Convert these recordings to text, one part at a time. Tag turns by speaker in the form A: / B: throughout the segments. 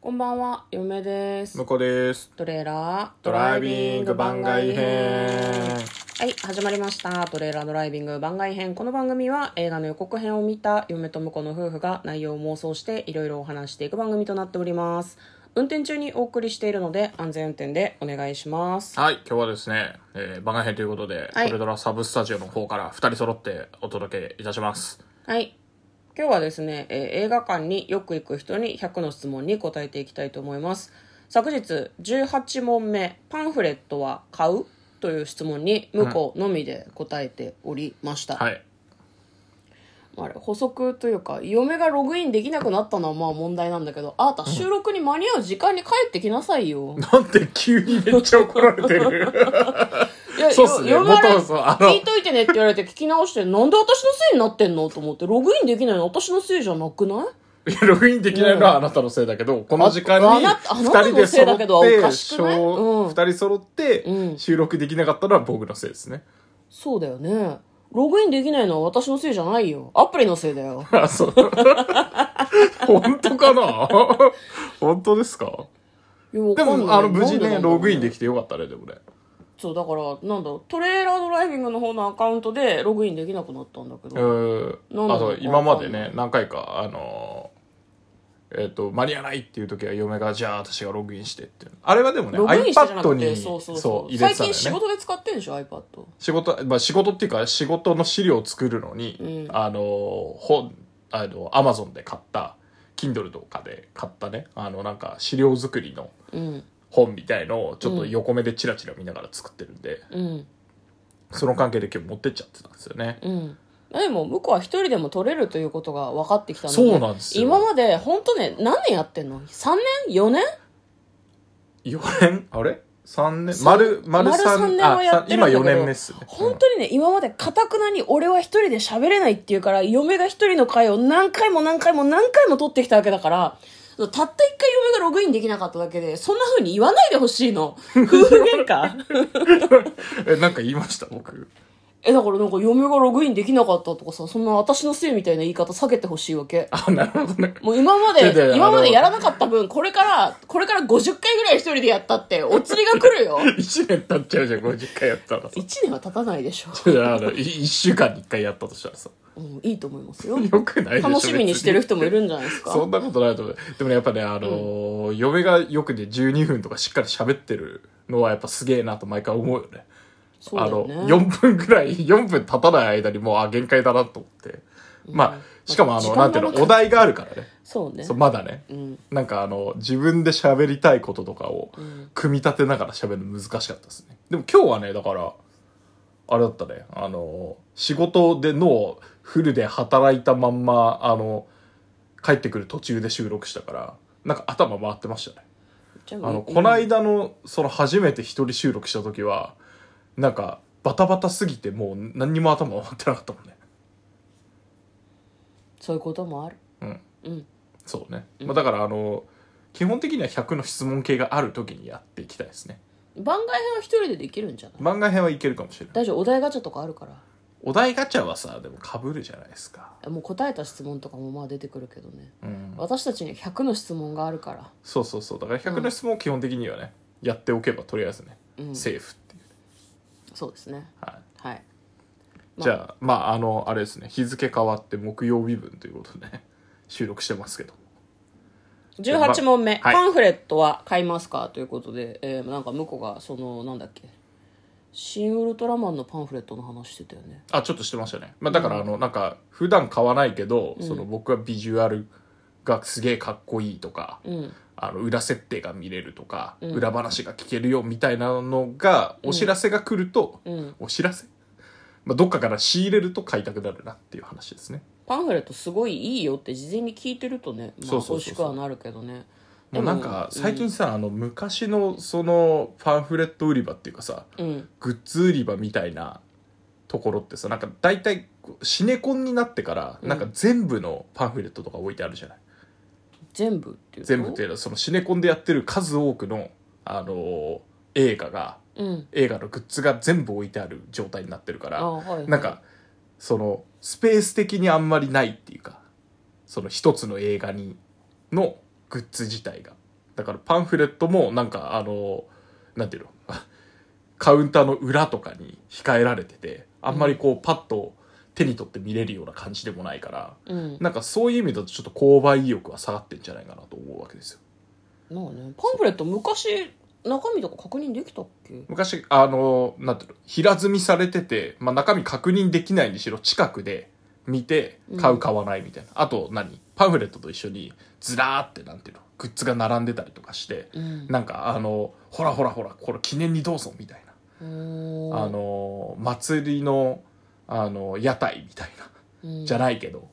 A: こんばんは、嫁です。
B: 向こうです。
A: トレーラード
B: ドライビング番外編。
A: はい、始まりました。トレーラードライビング番外編。この番組は映画の予告編を見た嫁と婿の夫婦が内容を妄想していろいろお話していく番組となっております。運転中にお送りしているので安全運転でお願いします。
B: はい、今日はですね、えー、番外編ということで、
A: はい
B: トレドラサブスタジオの方から二人揃ってお届けいたします。
A: はい。今日はですね、えー映画館によく行く人に100の質問に答えていきたいと思います。昨日18問目「パンフレットは買う?」という質問に向こうのみで答えておりました、
B: はい。
A: あれ補足というか嫁がログインできなくなったのはまあ問題なんだけどあなた収録に間に合う時間に帰ってきなさいよ
B: なんで急にめっちゃ怒られて る
A: いや
B: そうっすね
A: よ嫁あれ
B: 元々そうあの
A: 聞いといてねって言われて聞き直してなんで私のせいになってんのと思ってログインできないの私のせいじゃなくない
B: いやログインできないのはあなたのせいだけど、この時間
A: ああ
B: に
A: なたあ
B: 二
A: なた
B: 人
A: の
B: で
A: せい
B: 揃
A: だ
B: っ
A: け
B: て、
A: どおかしくないうん
B: 小二人揃って
A: うん
B: 収録できなかったのは僕のせいです ね。
A: そうだよねログインできないのは私のせいじゃないよアプリのせいだよ
B: あ、そう。 本当かな 本当ですか
A: いやわ
B: で
A: かんない
B: も、あの、無事
A: なんで
B: ね、
A: なんだろう
B: ログインできてよかったね、でもね。
A: そうだからなんだろうトレーラードライビングの方のアカウントでログインできなくなったんだけど、
B: うん
A: なんだ
B: あ
A: ろう
B: と今までね何回かあのーえっ、と間に合わないっていう時は嫁がじゃあ私がログインしてっていうあれはでもね
A: ログインしてじゃな
B: iPad
A: くて
B: に
A: そうそうそう
B: 入れ
A: 最
B: てたん
A: 近
B: だ
A: 仕
B: よね
A: 事で使ってるでしょ iPad
B: 仕事、まあ、仕事っていうか仕事の資料を作るのに、
A: うん
B: あのー本あの Amazon で買った Kindle とかで買ったねあのなんか資料作りの
A: うん
B: 本みたいのをちょっと横目でチラチラ見ながら作ってるんで、
A: うん
B: その関係で今日持ってっちゃってたんですよね、
A: うんでも向こうは一人でも取れるということが分かってきたので
B: そうなんですよ
A: 今まで本当ね何年やってんの3年4年
B: 4年あれ ?3 年
A: 三
B: 丸、丸
A: 丸三
B: 3
A: 年はやってるんだけど
B: 今4年目っすね。
A: 本当にね、今までかたくなに俺は一人で喋れないっていうから、嫁が一人の回を何回も何回も何回も撮ってきたわけだから、たった一回嫁がログインできなかっただけで、そんな風に言わないでほしい の。夫婦喧嘩
B: うんえ、なんか言いました僕。
A: え、だからなんか嫁がログインできなかったとかさ、そんな私のせいみたいな言い方避けてほしいわけ。
B: あ、なるほどね。
A: もう今ま
B: いやいやい
A: で、
B: や
A: 今ま
B: あ
A: で
B: の
A: やらなかった分、これから、これから50回ぐらい一人でやったって、お釣りが来る よ。
B: 1年経っちゃうじゃん、50回やったらさ。
A: 1年は経たないでしょ。
B: いやあの、1週間に1回やったとしたらさ。
A: うん、いいと思いますよ。
B: よく ないでしょ
A: 楽しみにしてる
B: 別
A: 人もいるんじゃないですか。
B: そんなことないと思う。でもねやっぱね、あのー嫁がよくね、12分とかしっかり喋ってるのはやっぱすげえなと毎回思うよね。
A: そうだ
B: あ
A: よ
B: の、
A: ね
B: 4分ぐらい、4分経たない間にもう、あ、限界だなと思って。まあ、しかもあ
A: 時
B: の、
A: 間
B: なんていう
A: がな
B: の、
A: ん
B: お題があるからね。
A: そうね
B: そうまだね、
A: ん
B: なんかあの自分で喋りたいこととかを組み立てながら喋るの難しかったですねでも今日はねだからあれだったねあの仕事で脳フルで働いたまんまあの帰ってくる途中で収録したからなんか頭回ってましたね
A: じゃ
B: あの
A: うん
B: この間のその初めて一人収録した時はなんかバタバタすぎてもう何にも頭回ってなかったもんね
A: そういうこともある
B: うん
A: うん
B: そうね、まあ、だからあの基本的には100の質問系がある時にやっていきたいですね
A: 番外編は一人でできるんじゃない
B: 番外編はいけるかもしれない
A: 大丈夫お題ガチャとかあるから
B: お題ガチャはさでもかぶるじゃないですか
A: もう答えた質問とかもまあ出てくるけどね、
B: うん
A: 私たちには100の質問があるから
B: そうそうそうだから100の質問を基本的にはね、やっておけばとりあえずね、
A: うん
B: セーフっていう、
A: そうですね
B: はい
A: はいまあ
B: じゃあまああのあれですね日付変わって木曜日分ということでね 収録してますけど
A: 18問目、
B: はい
A: パンフレットは買いますかということで、えーなんか向こうがそのなんだっけ新ウルトラマンのパンフレットの話してたよね
B: あちょっとしてましたね、まあ、だからあの、なんか普段買わないけど、その僕はビジュアルがすげえかっこいいとか、
A: うん
B: あの裏設定が見れるとか、裏話が聞けるよみたいなのがお知らせが来ると、
A: うん
B: お知らせ、まあ、どっかから仕入れると買いたくなるなっていう話ですね
A: パンフレットすごいいいよって事前に聞いてるとね、まあ、
B: そうそう
A: 欲し
B: そう
A: く
B: そう
A: はなるけどね
B: もうなんか最近さ、あの昔のそのパンフレット売り場っていうかさ
A: うん
B: グッズ売り場みたいなところってさなんか大体シネコンになってからなんか全部のパンフレットとか置いてあるじゃない、
A: 全部っていうと
B: 全部っていうのはそのシネコンでやってる数多くの、あのー映画が
A: うん
B: 映画のグッズが全部置いてある状態になってるか
A: あ
B: ら
A: はいはい
B: なんかそのスペース的にあんまりないっていうかその一つの映画にのグッズ自体がだからパンフレットもなんかあのなんていうの カウンターの裏とかに控えられててあんまりこうパッと手に取って見れるような感じでもないから、
A: うん
B: なんかそういう意味だとちょっと購買意欲は下がってんじゃないかなと思うわけですよ
A: まあねパンフレット昔中身とか確認できたっけ
B: 昔あのなんていうの平積みされてて、まあ、中身確認できないにしろ近くで見て買う買わないみたいな、あと何パンフレットと一緒にずらーってなんていうのグッズが並んでたりとかして、
A: うん
B: なんかあのほらほらほらこれ記念にどうぞみたいな、
A: うーん
B: あの祭りのあの屋台みたいな、
A: うん
B: じゃないけど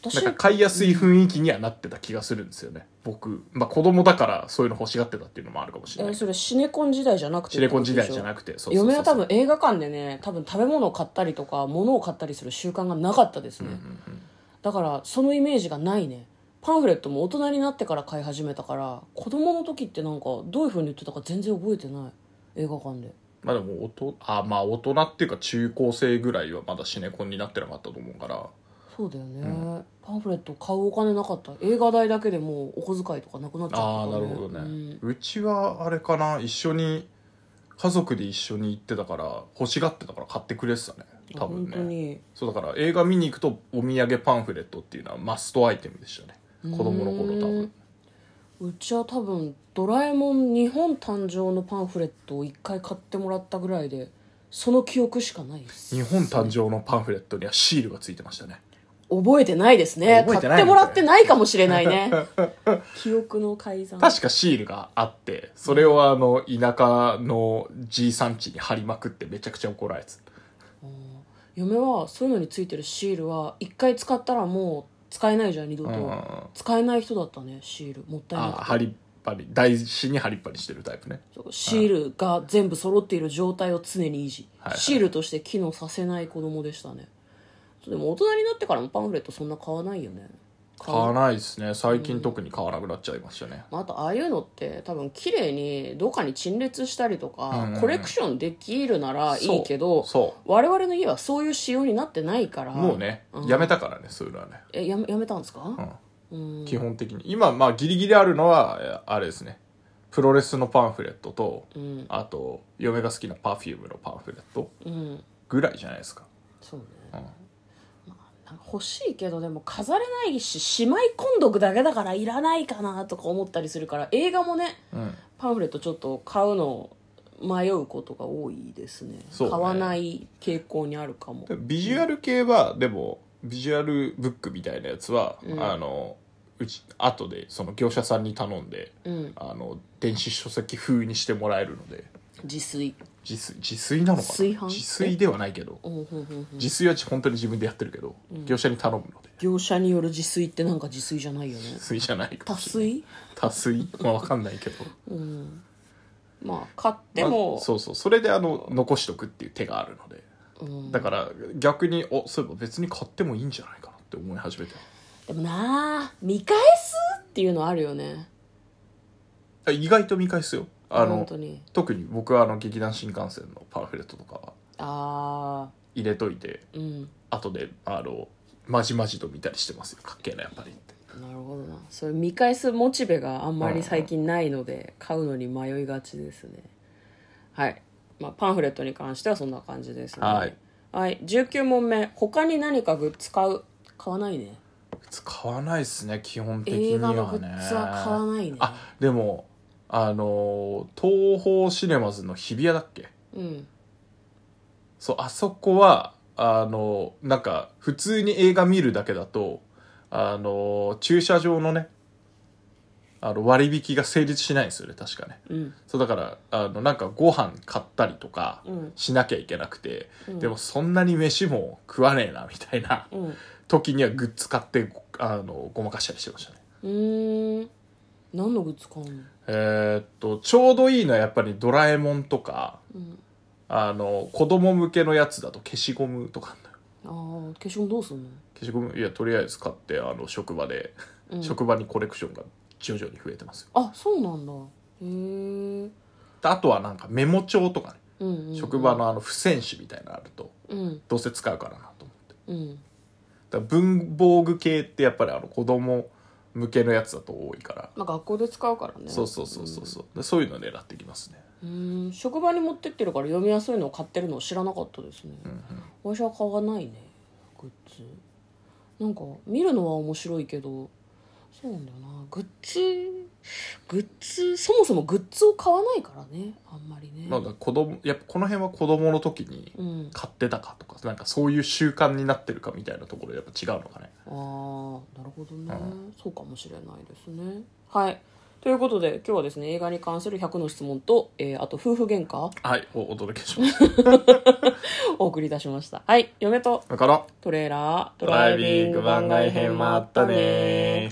A: 私
B: なんか買いやすい雰囲気にはなってた気がするんですよね僕、まあ、子供だからそういうの欲しがってたっていうのもあるかもし
A: え
B: れない
A: ーそれシネコン時代じゃなくて
B: シネコン時代じゃな
A: くて
B: くてそうそうそうそう
A: 嫁は多分映画館でね多分食べ物を買ったりとか物を買ったりする習慣がなかったですね、だからそのイメージがないねパンフレットも大人になってから買い始めたから子供の時ってなんかどういう風に言ってたか全然覚えてない映画館で
B: まあでも大人あまあ大人っていうか中高生ぐらいはまだシネコンになってなかったと思うから
A: そうだよね、パンフレット買うお金なかった映画代だけでもうお小遣いとかなくなっちゃったから
B: ああなるほどね、
A: うん
B: うちはあれかな一緒に家族で一緒に行ってたから欲しがってたから買ってくれてたね多分
A: 本当
B: ね
A: に
B: そうだから映画見に行くとお土産パンフレットっていうのはマストアイテムでしたね子供の頃多分
A: うちは多分「ドラえもん日本誕生」のパンフレットを一回買ってもらったぐらいでその記憶しかないです
B: 日本誕生のパンフレットにはシールがついてましたね
A: 覚えてないですね
B: 覚え
A: 買っ
B: てない
A: て
B: ね
A: もらってないかもしれない ね記憶の改ざん
B: 確かシールがあってそれをあの田舎のじいさん家に貼りまくってめちゃくちゃ怒られてた
A: 嫁はそういうのについてるシールは一回使ったらもう使えないじゃん二度と、
B: うん
A: 使えない人だったねシールもったいな
B: あ
A: くて
B: ハリッパリ台紙にハリッパリしてるタイプね
A: シールが全部揃っている状態を常に維持、
B: はいはい
A: シールとして機能させない子供でしたねでも大人になってからもパンフレットそんな買わないよね
B: 買わないですね最近特に買わなくなっちゃいましたね、
A: まあ、あとああいうのって多分綺麗にどっかに陳列したりとか、
B: うんうん
A: コレクションできるならいいけど
B: そ
A: 我々の家はそういう仕様になってないから
B: うもうね、
A: うん
B: やめたからねそういうのはね、
A: えやめやめたんですか、
B: うん基本的に今まあギリギリあるのはえあれですねプロレスのパンフレットと、
A: ん
B: あと嫁が好きな Perfume のパンフレット
A: うん
B: ぐらいじゃないですか
A: そうね、まあ、なんか欲しいけどでも飾れないししまい込んどくだけだからいらないかなとか思ったりするから映画もね
B: うん
A: パンフレットちょっと買うの迷うことが多いですね
B: そうね
A: 買わない傾向にあるかも
B: でもビジュアル系はでもビジュアルブックみたいなやつは、
A: うん
B: あのうち後でその業者さんに頼んで
A: うん
B: あの電子書籍風にしてもらえるので
A: 自炊
B: 自炊自炊なのかな
A: 炊飯
B: 自炊ではないけど
A: うんうんうん
B: 自炊は本当に自分でやってるけど、業者に頼むので
A: 業者による自炊ってなんか自炊じゃないよね
B: 水じゃないか
A: 多
B: もしれない
A: 水
B: 多水まあわかんない けど
A: うんまあ買っても、
B: まあそうそうそれであの残しとくっていう手があるので
A: うん
B: だから逆におそういえば別に買ってもいいんじゃないかなって思い始めて
A: でもなあ見返すっていうのあるよね
B: あ意外と見返すよあ
A: 本
B: の
A: 当に
B: 特に僕はあの劇団新幹線のパンフレットとかは
A: あ
B: 入れといて
A: あうん
B: 後であのまじまじと見たりしてますよかっけえなやっぱりって
A: なるほどなそれ見返すモチベがあんまり最近ないので買うのに迷いがちですねはい、まあ、パンフレットに関してはそんな感じですね
B: はい、
A: はい、19問目他に何かグッズ買う買わないね
B: 買わないっすね基本的に
A: 映画
B: はね
A: のグッズは買わないね
B: あでもあのー東宝シネマズの日比谷だっけ
A: うん
B: そうあそこはあのーなんか普通に映画見るだけだとあのー駐車場のねあの割引が成立しないんですよね確かね
A: うん
B: そうだからあのなんかご飯買ったりとか
A: うん
B: しなきゃいけなくて、
A: うん
B: でもそんなに飯も食わねえなみたいな
A: うんう
B: 時にはグッズ買ってごあのごまかしたりしてましたね
A: ーん何のグッズ買うの
B: えーっとちょうどいいのはやっぱり「ドラえもん」とか
A: うん
B: あの子供向けのやつだと消しゴムとかあんのよ
A: ああ消しゴムどうすんの
B: 消しゴムいやとりあえず買ってあの職場で、
A: うん
B: 職場にコレクションが徐々に増えてますよ
A: あそうなんだへえ
B: であとはなんかメモ帳とかね、
A: うんうん
B: 職場のあの付箋紙みたいなのあると
A: うん
B: どうせ使うからなと思って
A: うん
B: だから文房具系ってやっぱりあの子供向けのやつだと多いから、
A: まあ、学校で使うからね
B: そうそうそうそうそうでそういうの狙ってきますね
A: うーん職場に持ってってるから読みやすいのを買ってるのを知らなかったですね、私は買わないねグッズなんか見るのは面白いけどそうなんだよなグッズグッズそもそもグッズを買わないからねあんまりね
B: なんだ子供やっぱこの辺は子供の時に
A: うん
B: 買ってたかとかなんかそういう習慣になってるかみたいなところやっぱ違うのかね
A: ああなるほどね、
B: う
A: そうかもしれないですねはいということで今日はですね映画に関する100の質問と、えーあと夫婦喧嘩を
B: はいおお届けします
A: お送りいたしましたはい嫁と
B: だから
A: トレーラード
B: ドライビング番外編もあったね